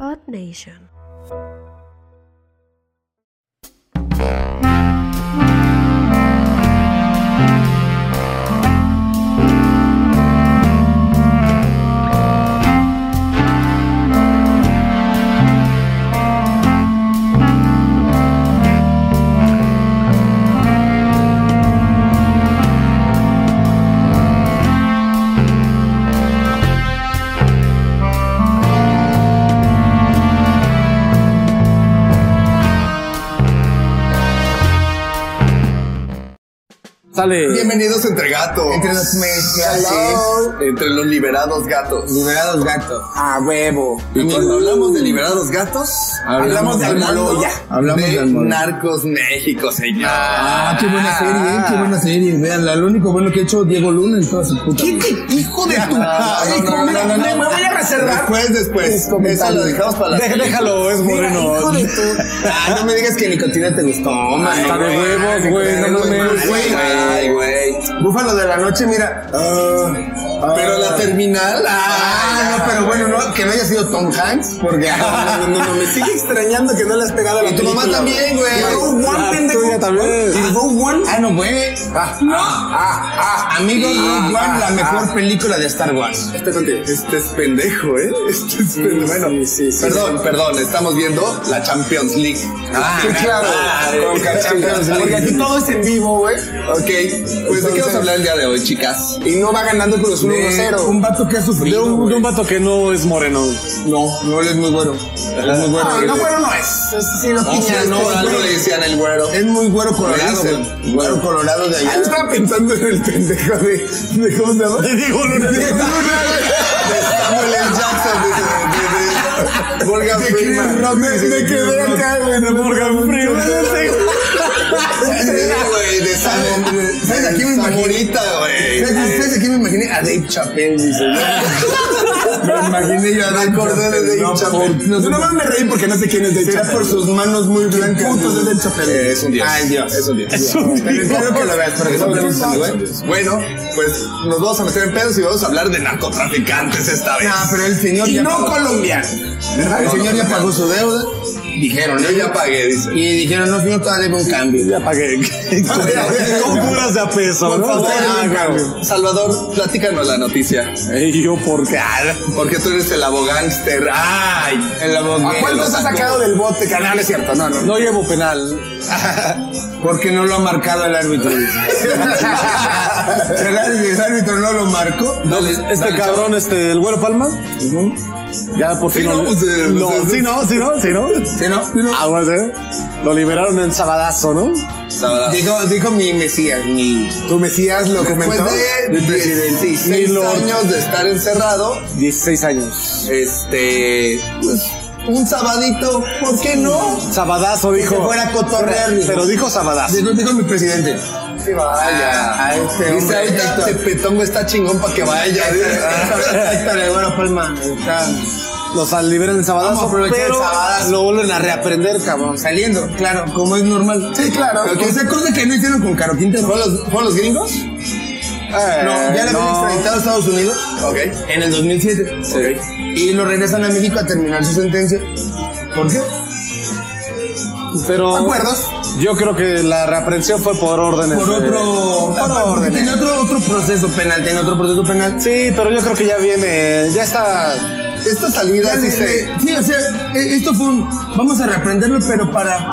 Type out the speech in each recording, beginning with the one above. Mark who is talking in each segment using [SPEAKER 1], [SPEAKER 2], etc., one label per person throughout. [SPEAKER 1] Earth Nation.
[SPEAKER 2] Sale.
[SPEAKER 3] Bienvenidos entre gatos.
[SPEAKER 4] Entre los mesiases.
[SPEAKER 3] Entre los liberados gatos.
[SPEAKER 4] Liberados gatos. A huevo.
[SPEAKER 3] Y cuando hablamos de liberados gatos, hablamos, de Almoloya.
[SPEAKER 4] Hablamos de Almoloya.
[SPEAKER 3] Narcos México, señor.
[SPEAKER 4] Ah, qué buena serie, eh, qué buena serie. Veanla, lo único bueno que ha hecho Diego Luna en toda su puta.
[SPEAKER 3] ¿Qué
[SPEAKER 4] vida.
[SPEAKER 3] te hijo de tu
[SPEAKER 4] no, no, no, no, no,
[SPEAKER 3] Me
[SPEAKER 4] no.
[SPEAKER 3] voy a reservar. Después,
[SPEAKER 4] Mis
[SPEAKER 3] después. Eso
[SPEAKER 4] comentarios.
[SPEAKER 3] lo dejamos para la
[SPEAKER 4] Deja- déjalo, es
[SPEAKER 3] Mira,
[SPEAKER 4] moreno.
[SPEAKER 3] hijo de tu-
[SPEAKER 4] Ah, no me digas que Nicotina te gustó. man.
[SPEAKER 2] Está de huevos, güey, no mames.
[SPEAKER 4] Güey.
[SPEAKER 3] Ay, güey.
[SPEAKER 4] Búfalo de la noche, mira. Ah, ah.
[SPEAKER 3] Pero la terminal.
[SPEAKER 4] Ah, no, pero bueno, no, que no haya sido Tom Hanks, porque ah, no, no, no, me sigue extrañando que no le has pegado a la
[SPEAKER 3] Y tu mamá
[SPEAKER 4] película,
[SPEAKER 3] también, güey.
[SPEAKER 4] Rogue One,
[SPEAKER 2] Ah,
[SPEAKER 4] pendejo.
[SPEAKER 2] tuya también.
[SPEAKER 4] Y Rogue One. Ah, no, güey. Ah, ah, ah, amigo, Rogue One, la mejor película de Star Wars.
[SPEAKER 3] Espérate, este es pendejo, ¿eh? Este es pendejo. Bueno,
[SPEAKER 4] sí, sí, sí.
[SPEAKER 3] perdón, perdón, estamos viendo la Champions League.
[SPEAKER 4] Ah,
[SPEAKER 3] Sí,
[SPEAKER 4] claro.
[SPEAKER 3] Conca Champions League.
[SPEAKER 4] Porque aquí todo es en vivo, güey.
[SPEAKER 3] Ok, pues ¿de qué vamos a hablar el día de hoy, chicas?
[SPEAKER 4] Y no va ganando Cruz Azul
[SPEAKER 3] De
[SPEAKER 4] 1-0. Un vato que ha
[SPEAKER 2] De
[SPEAKER 4] sufrido.
[SPEAKER 2] un, de un vato que no es moreno.
[SPEAKER 4] No, no, él es muy bueno. Él Es muy bueno.
[SPEAKER 3] Ah, no, bueno,
[SPEAKER 4] no es. Ah, Sí, lo
[SPEAKER 3] O sea, no, algo le decían el güero.
[SPEAKER 4] Es muy güero colorado,
[SPEAKER 3] Le dicen,
[SPEAKER 4] güey. Güero colorado de allá.
[SPEAKER 3] Ah, yo
[SPEAKER 4] estaba pensando en el pendejo de. de ¿Cómo se llama? De Diego Luna.
[SPEAKER 3] Samuel L. Jackson, de- de- de- de- Morgan
[SPEAKER 4] Me quedé-
[SPEAKER 3] Freeman.
[SPEAKER 4] me- me quedé acá, güey, de Morgan Freeman.
[SPEAKER 3] Sí, güey, de San...
[SPEAKER 4] ¿Sabes a quién me imaginé?
[SPEAKER 3] Samurita, güey.
[SPEAKER 4] ¿Sabes sabes a quién me imaginé? A Dave Chappelle, dice. Me imaginé yo a Dave
[SPEAKER 3] Me acordé de Dave
[SPEAKER 4] No,
[SPEAKER 3] Chappelle.
[SPEAKER 4] por- No, sé- no me reí porque no sé quién es Dave Chappelle. por sus manos muy blancas. Puntos de Dave Chappelle.
[SPEAKER 3] Eh, es un dios.
[SPEAKER 4] Ay, Dios.
[SPEAKER 3] Es un dios.
[SPEAKER 4] Pero espero que lo veas, porque
[SPEAKER 3] Es
[SPEAKER 4] son
[SPEAKER 3] un dios, es un
[SPEAKER 4] preguntas, güey.
[SPEAKER 3] dios. Bueno, pues nos vamos a meter en pedos y vamos a hablar de narcotraficantes esta vez.
[SPEAKER 4] Ah, pero el señor
[SPEAKER 3] Y
[SPEAKER 4] ya
[SPEAKER 3] no
[SPEAKER 4] colombiano. El
[SPEAKER 3] No,
[SPEAKER 4] señor
[SPEAKER 3] no,
[SPEAKER 4] ya
[SPEAKER 3] no.
[SPEAKER 4] pagó su deuda. Dijeron,
[SPEAKER 3] Yo
[SPEAKER 4] ¿no?
[SPEAKER 3] ya pagué, dice.
[SPEAKER 4] Y dijeron, no, señor, todavía debe un cambio.
[SPEAKER 2] Ya pagué. Con curas de a peso, ¿no?
[SPEAKER 4] favor,
[SPEAKER 2] Ah,
[SPEAKER 4] no,
[SPEAKER 2] cabrón.
[SPEAKER 3] Salvador, platícanos la noticia.
[SPEAKER 2] Ey, yo por qué.
[SPEAKER 3] Porque tú eres el abogánster. ¡Ay! El abogánster.
[SPEAKER 4] ¿A cuántos ha sacado del bote, canal? Es cierto, no, no.
[SPEAKER 2] No llevo penal.
[SPEAKER 4] Porque no lo ha marcado el árbitro. el, el árbitro no lo marcó.
[SPEAKER 3] Dale,
[SPEAKER 2] Este
[SPEAKER 3] dale,
[SPEAKER 2] cabrón, este, el güero Palma. Ya por
[SPEAKER 3] Sí,
[SPEAKER 2] fin.
[SPEAKER 3] no,
[SPEAKER 2] lo-
[SPEAKER 3] pues, eh,
[SPEAKER 2] no,
[SPEAKER 3] pues,
[SPEAKER 2] sí, no, sí, no, sí, no.
[SPEAKER 4] ¿Sí, no? ¿Sí, no?
[SPEAKER 2] Ah, bueno, sí. Lo liberaron en sabadazo, ¿no?
[SPEAKER 3] Sábado.
[SPEAKER 4] Dijo, dijo mi Mesías, mi. Tu Mesías lo
[SPEAKER 3] Después
[SPEAKER 4] comentó.
[SPEAKER 3] de
[SPEAKER 4] Mi presidente.
[SPEAKER 3] 16
[SPEAKER 2] Mi lord.
[SPEAKER 3] años de estar encerrado,
[SPEAKER 2] 16 años.
[SPEAKER 3] este. Pues, un sabadito, ¿por qué no?
[SPEAKER 2] Sabadazo dijo.
[SPEAKER 4] Que fuera a cotorrear, mijo.
[SPEAKER 2] Pero dijo sabadazo.
[SPEAKER 4] Dijo, dijo mi presidente. Sí,
[SPEAKER 3] vaya.
[SPEAKER 4] A este
[SPEAKER 3] Dice,
[SPEAKER 4] hombre,
[SPEAKER 3] ahorita
[SPEAKER 4] Héctor.
[SPEAKER 3] Petongo está chingón para que vaya.
[SPEAKER 4] Héctor, bueno, Palma. Está
[SPEAKER 2] Los al- liberan en sabadazo.
[SPEAKER 4] Vamos a aprovechar el
[SPEAKER 2] pero
[SPEAKER 4] sabadazo.
[SPEAKER 2] lo vuelven a reaprender, cabrón.
[SPEAKER 4] saliendo, claro, como es normal. Sí, claro.
[SPEAKER 3] Pero
[SPEAKER 4] esa cosa que no hicieron con Caro Quintero.
[SPEAKER 3] ¿Fueron los, fueron los gringos?
[SPEAKER 4] Eh,
[SPEAKER 2] Eh,
[SPEAKER 4] no, ya la habían extraditado a Estados Unidos
[SPEAKER 3] Ok.
[SPEAKER 4] en el 2007.
[SPEAKER 3] Sí.
[SPEAKER 4] Y lo regresan a México a terminar su sentencia. ¿Por qué?
[SPEAKER 2] Pero
[SPEAKER 4] Acuerdos.
[SPEAKER 2] yo creo que la reaprensión fue por órdenes.
[SPEAKER 4] Por
[SPEAKER 2] de-
[SPEAKER 4] otro.
[SPEAKER 2] Por
[SPEAKER 4] aparte,
[SPEAKER 2] órdenes.
[SPEAKER 4] Tiene otro, otro proceso penal, tiene otro proceso penal.
[SPEAKER 2] Sí, pero yo creo que ya viene, ya está.
[SPEAKER 3] Esta salida
[SPEAKER 4] Ya le-
[SPEAKER 3] dice.
[SPEAKER 4] le- sí, o sea, e- esto fue un. Vamos a reprenderlo, pero para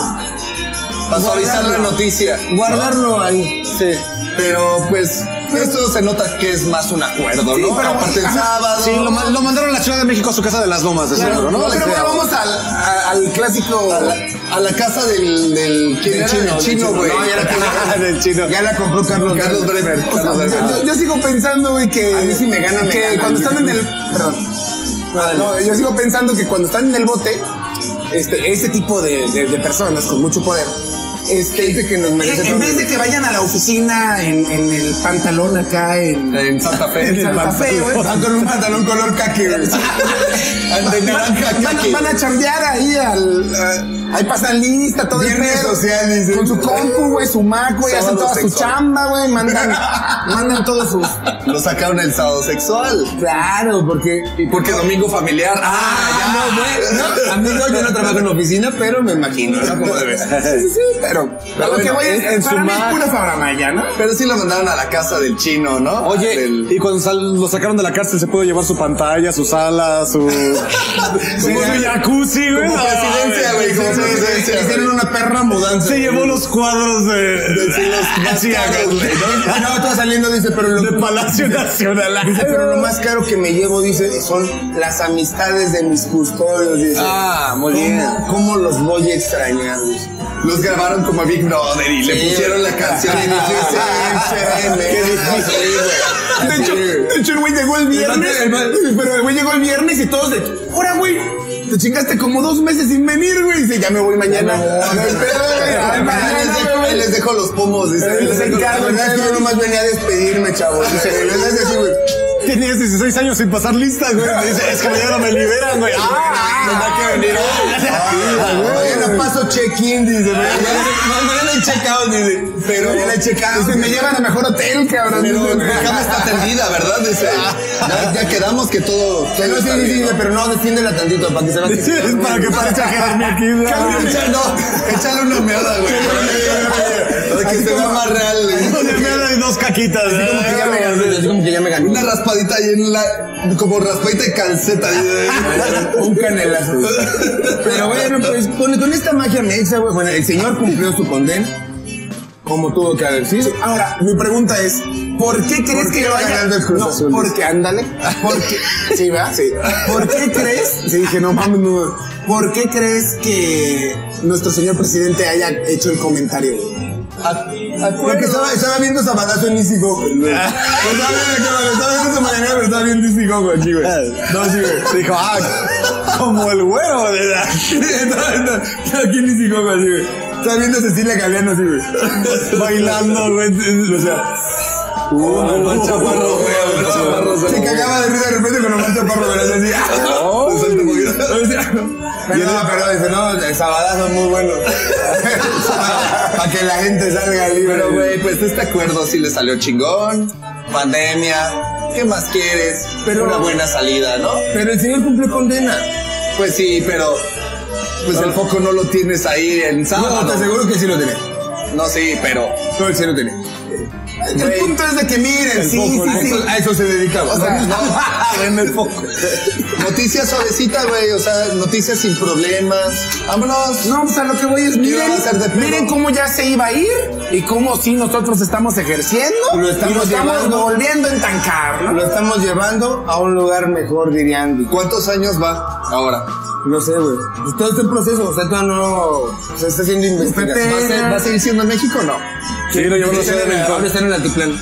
[SPEAKER 3] Para suavizar la
[SPEAKER 4] Guardarlo.
[SPEAKER 3] noticia.
[SPEAKER 4] guardarlo ahí.
[SPEAKER 2] Sí.
[SPEAKER 3] Pero pues, esto se nota que es más un acuerdo,
[SPEAKER 4] Sí,
[SPEAKER 3] ¿no?
[SPEAKER 4] pero-
[SPEAKER 3] Aparte el
[SPEAKER 4] ajá,
[SPEAKER 3] sábado.
[SPEAKER 2] Sí, lo, ma- lo mandaron a la Ciudad de México a su casa de las lomas, de
[SPEAKER 4] Claro,
[SPEAKER 2] seguro, ¿no?
[SPEAKER 4] pero
[SPEAKER 2] Sí.
[SPEAKER 4] bueno, vamos al, a- al clásico.
[SPEAKER 3] a, la, a la casa del, del ¿quién
[SPEAKER 4] Del
[SPEAKER 3] era?
[SPEAKER 4] chino,
[SPEAKER 3] Del chino,
[SPEAKER 4] del
[SPEAKER 3] güey.
[SPEAKER 4] chino. No, ya era
[SPEAKER 2] Ah, del chino.
[SPEAKER 4] Ya la compró Carlos
[SPEAKER 3] Carlos Bremer.
[SPEAKER 4] O sea,
[SPEAKER 3] Carlos Bremer.
[SPEAKER 4] yo, yo sigo pensando, güey, que.
[SPEAKER 3] A mí sí me gana, me
[SPEAKER 4] que
[SPEAKER 3] gana.
[SPEAKER 4] cuando están en el. Perdón. No, yo sigo pensando que cuando están en el bote, este, este tipo de, de- de personas con mucho poder. Este, dice que nos merece
[SPEAKER 5] Eh, En
[SPEAKER 4] todo.
[SPEAKER 5] vez de que vayan a la oficina en, en el pantalón acá en
[SPEAKER 3] En Santa Fe.
[SPEAKER 4] En el
[SPEAKER 5] Santa Fe, güey.
[SPEAKER 4] Van con un pantalón color caqui, güey.
[SPEAKER 3] De naranja,
[SPEAKER 5] Van,
[SPEAKER 3] caqui.
[SPEAKER 5] van a chambear ahí al, a- Ahí pasan lista, todo el
[SPEAKER 4] Viernes
[SPEAKER 5] pedo.
[SPEAKER 4] social, dice.
[SPEAKER 5] Con su compu, güey, su Mac, güey, hacen
[SPEAKER 4] Sábado
[SPEAKER 5] toda su
[SPEAKER 4] sexual.
[SPEAKER 5] chamba, güey, mandan, mandan todos sus.
[SPEAKER 4] Lo sacaron el sábado sexual.
[SPEAKER 5] Claro, porque.
[SPEAKER 6] Y porque domingo familiar. Ah,
[SPEAKER 5] no, bueno.
[SPEAKER 6] amigo, yo no trabajo en oficina, pero me imagino, ¿no? Como debe ser.
[SPEAKER 5] Sí, sí, pero.
[SPEAKER 4] Pero
[SPEAKER 5] lo que
[SPEAKER 4] bueno,
[SPEAKER 5] voy es,
[SPEAKER 4] en- en
[SPEAKER 5] para
[SPEAKER 4] su
[SPEAKER 5] mí es
[SPEAKER 4] Mac.
[SPEAKER 5] pura faramaya, ¿no?
[SPEAKER 4] Pero sí lo mandaron a la casa del chino, ¿no?
[SPEAKER 2] Oye,
[SPEAKER 4] Del-
[SPEAKER 2] y cuando sal- lo sacaron de la cárcel se pudo llevar su pantalla, su sala, su. como su jacuzzi, güey.
[SPEAKER 4] Como
[SPEAKER 2] No,
[SPEAKER 4] presidencia, güey, como
[SPEAKER 2] sí,
[SPEAKER 4] presidencia.
[SPEAKER 5] Hicieron una perra mudanza.
[SPEAKER 2] Se llevó los cuadros de.
[SPEAKER 4] Ah, sí, los más
[SPEAKER 2] Así,
[SPEAKER 4] caros,
[SPEAKER 2] güey,
[SPEAKER 4] güey, ¿no?
[SPEAKER 5] Ah, no, todo saliendo, dice, pero lo,
[SPEAKER 2] De Palacio Nacional.
[SPEAKER 5] dice, pero lo más caro que me llevo, dice, son las amistades de mis custodios, dice.
[SPEAKER 6] Ah, muy bien.
[SPEAKER 5] ¿Cómo, cómo los voy a extrañar? dice.
[SPEAKER 4] Los grabaron como a Big Brother y le
[SPEAKER 5] Sí,
[SPEAKER 4] pusieron la
[SPEAKER 5] güey.
[SPEAKER 4] canción y
[SPEAKER 5] Sí, sí,
[SPEAKER 4] dijeron,
[SPEAKER 5] sí,
[SPEAKER 4] Qué
[SPEAKER 5] sí,
[SPEAKER 4] difícil,
[SPEAKER 5] De hecho, de hecho, el güey llegó el viernes.
[SPEAKER 6] El man- el
[SPEAKER 5] Pero el güey llegó el viernes y todos de. ¡Hora, güey! Te chingaste como dos meses sin venir, güey. Y dice, ya me voy mañana.
[SPEAKER 2] Ah,
[SPEAKER 5] No hay pedo, güey. Ay,
[SPEAKER 4] Ahí
[SPEAKER 5] mañana,
[SPEAKER 4] les
[SPEAKER 5] güey,
[SPEAKER 4] dejo- ahí
[SPEAKER 5] güey.
[SPEAKER 4] Les dejo los pomos, dice.
[SPEAKER 5] Les encargo,
[SPEAKER 4] La verdad es que yo nomás venía a despedirme, chavos. Dice, la verdad es que sí, güey.
[SPEAKER 2] Tenías 16 años sin pasar lista, güey. Me dice, es que mañana me liberan, güey. Ah,
[SPEAKER 4] Tendrá que venir hoy. Ah, güey.
[SPEAKER 5] Mañana paso check-in, dice. Mañana el check-out, dice. Pero. Mañana el check-out. Dice, me llevan a mejor hotel, cabrón.
[SPEAKER 4] Pero
[SPEAKER 5] Dice, Ah.
[SPEAKER 4] mi cama está tendida, ¿verdad? Dice. Ya, ya quedamos que todo.
[SPEAKER 5] Que no, sí, sí, sí, dice, pero no, defiéndela tantito para que se vea.
[SPEAKER 2] sí, es para que parezca que dormí aquí,
[SPEAKER 4] Cámbiale,
[SPEAKER 2] güey.
[SPEAKER 4] Echale échale una meada, güey. Para que se vea más real. güey.
[SPEAKER 2] Oye, mira, y dos caquitas,
[SPEAKER 5] Así como que ya me
[SPEAKER 2] güey.
[SPEAKER 5] ganó, así como que ya me ganó.
[SPEAKER 4] Una raspadita ahí en la. Como raspadita de calceta. dice.
[SPEAKER 5] Un canelazo. Pero bueno, pues con, con esta magia mexa, güey, bueno, el señor cumplió su condena. Como tuvo que haber sido. Ahora, mi pregunta es, ¿por qué crees
[SPEAKER 4] qué
[SPEAKER 5] que lo
[SPEAKER 4] va
[SPEAKER 5] haya...
[SPEAKER 4] ganando el Cruz
[SPEAKER 5] no,
[SPEAKER 4] Azul?
[SPEAKER 5] porque ándale. Porque, sí, ¿verdad? Sí. ¿Por qué crees? Sí, dije, no mames, no. ¿Por qué crees que nuestro señor presidente haya hecho el comentario? güey?
[SPEAKER 4] Porque estaba, estaba viendo Sabadazo en Easy Go, güey. Pues, Estaba viendo- estaba viendo su mañana, pero estaba viendo Easy Go, güey, aquí, güey.
[SPEAKER 2] No, sí, güey. Dijo, ah, como el güero, güey.
[SPEAKER 4] Estaba viendo- estaba aquí en Easy Go, güey, así, güey. Estaba viendo a Cecilia Galeano, así, güey.
[SPEAKER 2] Bailando, güey. O sea,
[SPEAKER 5] Uh,
[SPEAKER 2] uh,
[SPEAKER 6] Omar Chaparro, güey, Omar Chaparro, güey.
[SPEAKER 4] Se cagaba de risa de repente con Omar Chaparro, güey, así.
[SPEAKER 5] "Ah,
[SPEAKER 2] Oh.
[SPEAKER 4] Pues, salta un poquito. O sea,
[SPEAKER 5] Pero no, pero dice, no, el sabadazo es muy bueno. Para que la gente salga libre.
[SPEAKER 4] Pero, güey, pues este acuerdo sí le salió chingón. Pandemia. ¿Qué más quieres?
[SPEAKER 5] Pero-
[SPEAKER 4] Una buena salida, ¿no?
[SPEAKER 5] Pero el señor cumplió condena.
[SPEAKER 4] Pues sí, pero. Pues el foco no lo tienes ahí en sábado.
[SPEAKER 5] No, te aseguro que sí lo tiene.
[SPEAKER 4] No, sí, pero.
[SPEAKER 5] No, el sí lo tiene. El
[SPEAKER 4] Güey.
[SPEAKER 5] punto es de que miren, sí,
[SPEAKER 2] foco,
[SPEAKER 5] sí,
[SPEAKER 2] el
[SPEAKER 5] sí.
[SPEAKER 2] foco.
[SPEAKER 5] A eso se dedicaba.
[SPEAKER 4] O sea, no.
[SPEAKER 5] Ah, en el foco.
[SPEAKER 4] Noticias suavecita, güey. O sea, noticias sin problemas. Vámonos.
[SPEAKER 5] No, pues a lo que voy es,
[SPEAKER 4] lo
[SPEAKER 5] miren,
[SPEAKER 4] van a hacer de pedo.
[SPEAKER 5] miren cómo ya se iba a ir y cómo sí nosotros estamos ejerciendo Lo estamos y lo llevando. estamos volviendo a entancar, ¿no? Lo estamos llevando a un lugar mejor, diría Andy.
[SPEAKER 4] ¿Cuántos años va ahora?
[SPEAKER 5] No sé, güey. Pues Todo este proceso, o sea, todavía no se está haciendo investigación.
[SPEAKER 4] ¿Va a, ser- va a seguir siendo en México o no?
[SPEAKER 2] sí, lo llevó a
[SPEAKER 5] Sí,
[SPEAKER 2] hacer en el
[SPEAKER 5] ahora está en el altiplano.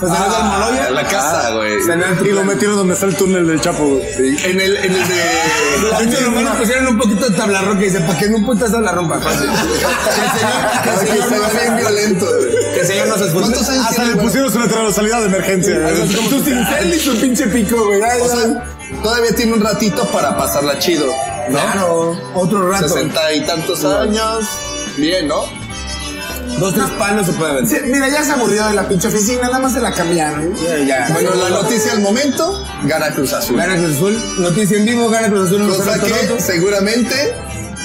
[SPEAKER 5] Pues en el Almoloya.
[SPEAKER 4] a Ah, la casa, güey.
[SPEAKER 5] Está en el
[SPEAKER 2] Y lo
[SPEAKER 5] altiplano.
[SPEAKER 2] metieron donde está el túnel del Chapo, güey.
[SPEAKER 4] En el, en el de.
[SPEAKER 5] De hecho, nomás le pusieron un poquito de tabla roca y dice, ¿para qué no putas la rompa? Que el señor- que el
[SPEAKER 4] Ay,
[SPEAKER 5] señor
[SPEAKER 4] se ve
[SPEAKER 5] no-
[SPEAKER 4] bien violento, güey.
[SPEAKER 5] que el señor no se Ah, esfuerce.
[SPEAKER 4] ¿Cuántos años
[SPEAKER 2] Hasta
[SPEAKER 4] tiene,
[SPEAKER 2] le
[SPEAKER 4] güey?
[SPEAKER 2] pusieron su letrero de salida de emergencia. güey.
[SPEAKER 5] Su cincel y su pinche pico, güey. Ay,
[SPEAKER 4] O
[SPEAKER 5] ay.
[SPEAKER 4] sea, todavía tiene un ratito para pasarla chido, ¿no?
[SPEAKER 5] Claro, otro rato.
[SPEAKER 4] 60 y tantos años. Bien, ¿no?
[SPEAKER 5] Dos, tres palos se puede vender. mira, ya se aburrió de la pinche oficina, nada más se la cambiaron. Ya,
[SPEAKER 4] Bueno, la noticia al momento, gana Cruz Azul.
[SPEAKER 5] Gana Cruz Azul, noticia en vivo, gana Cruz Azul.
[SPEAKER 4] Cosa
[SPEAKER 5] nosotros
[SPEAKER 4] que
[SPEAKER 5] Toronto.
[SPEAKER 4] seguramente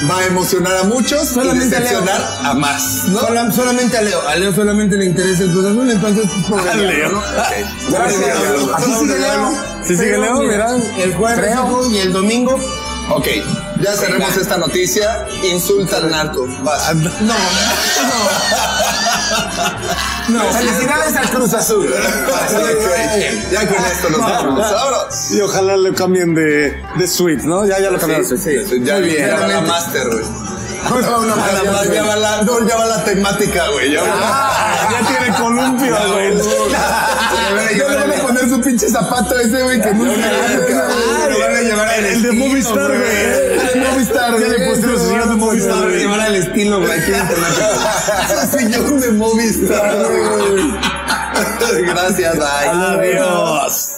[SPEAKER 4] va a emocionar a muchos y
[SPEAKER 5] Solamente a Leo.
[SPEAKER 4] decepcionar a más, ¿no?
[SPEAKER 5] Solam- solamente a Leo, a Leo solamente le interesa el Cruz Azul, entonces... pues,
[SPEAKER 2] Ah, Leo.
[SPEAKER 5] Gracias. Así sigue Leo.
[SPEAKER 2] Sí sigue Leo, mira.
[SPEAKER 5] El jueves hijo, y el domingo.
[SPEAKER 4] Ok, ya cerremos esta noticia. Insulta al narco. Vas.
[SPEAKER 5] Ah, No, no. Felicidades al Cruz Azul.
[SPEAKER 4] Ya con esto nos vamos. Vámonos.
[SPEAKER 2] Y ojalá lo cambien de, de suite, ¿no? Ya, ya lo cambiaron.
[SPEAKER 4] Ya bien,
[SPEAKER 5] Muy bien.
[SPEAKER 4] ya va la master, güey.
[SPEAKER 5] no,
[SPEAKER 4] Ya
[SPEAKER 5] no,
[SPEAKER 4] va-
[SPEAKER 5] no.
[SPEAKER 4] ya va la- no, ya va la temática, güey. Ya va la-
[SPEAKER 2] Ah, ya tiene columpio, güey.
[SPEAKER 5] Ya le van a poner su pinche zapato a ese güey que no
[SPEAKER 4] Ay, Ah, lo van a llevar al
[SPEAKER 2] El de
[SPEAKER 4] estilo,
[SPEAKER 2] Movistar, güey.
[SPEAKER 5] El de Movistar,
[SPEAKER 2] Ya le
[SPEAKER 5] güey.
[SPEAKER 2] pusieron su señor de Movistar, güey.
[SPEAKER 5] Llevar al estilo, güey. aquí en Tonalá.
[SPEAKER 4] Ese sillón de Movistar, güey. Gracias, bye.
[SPEAKER 2] Adiós.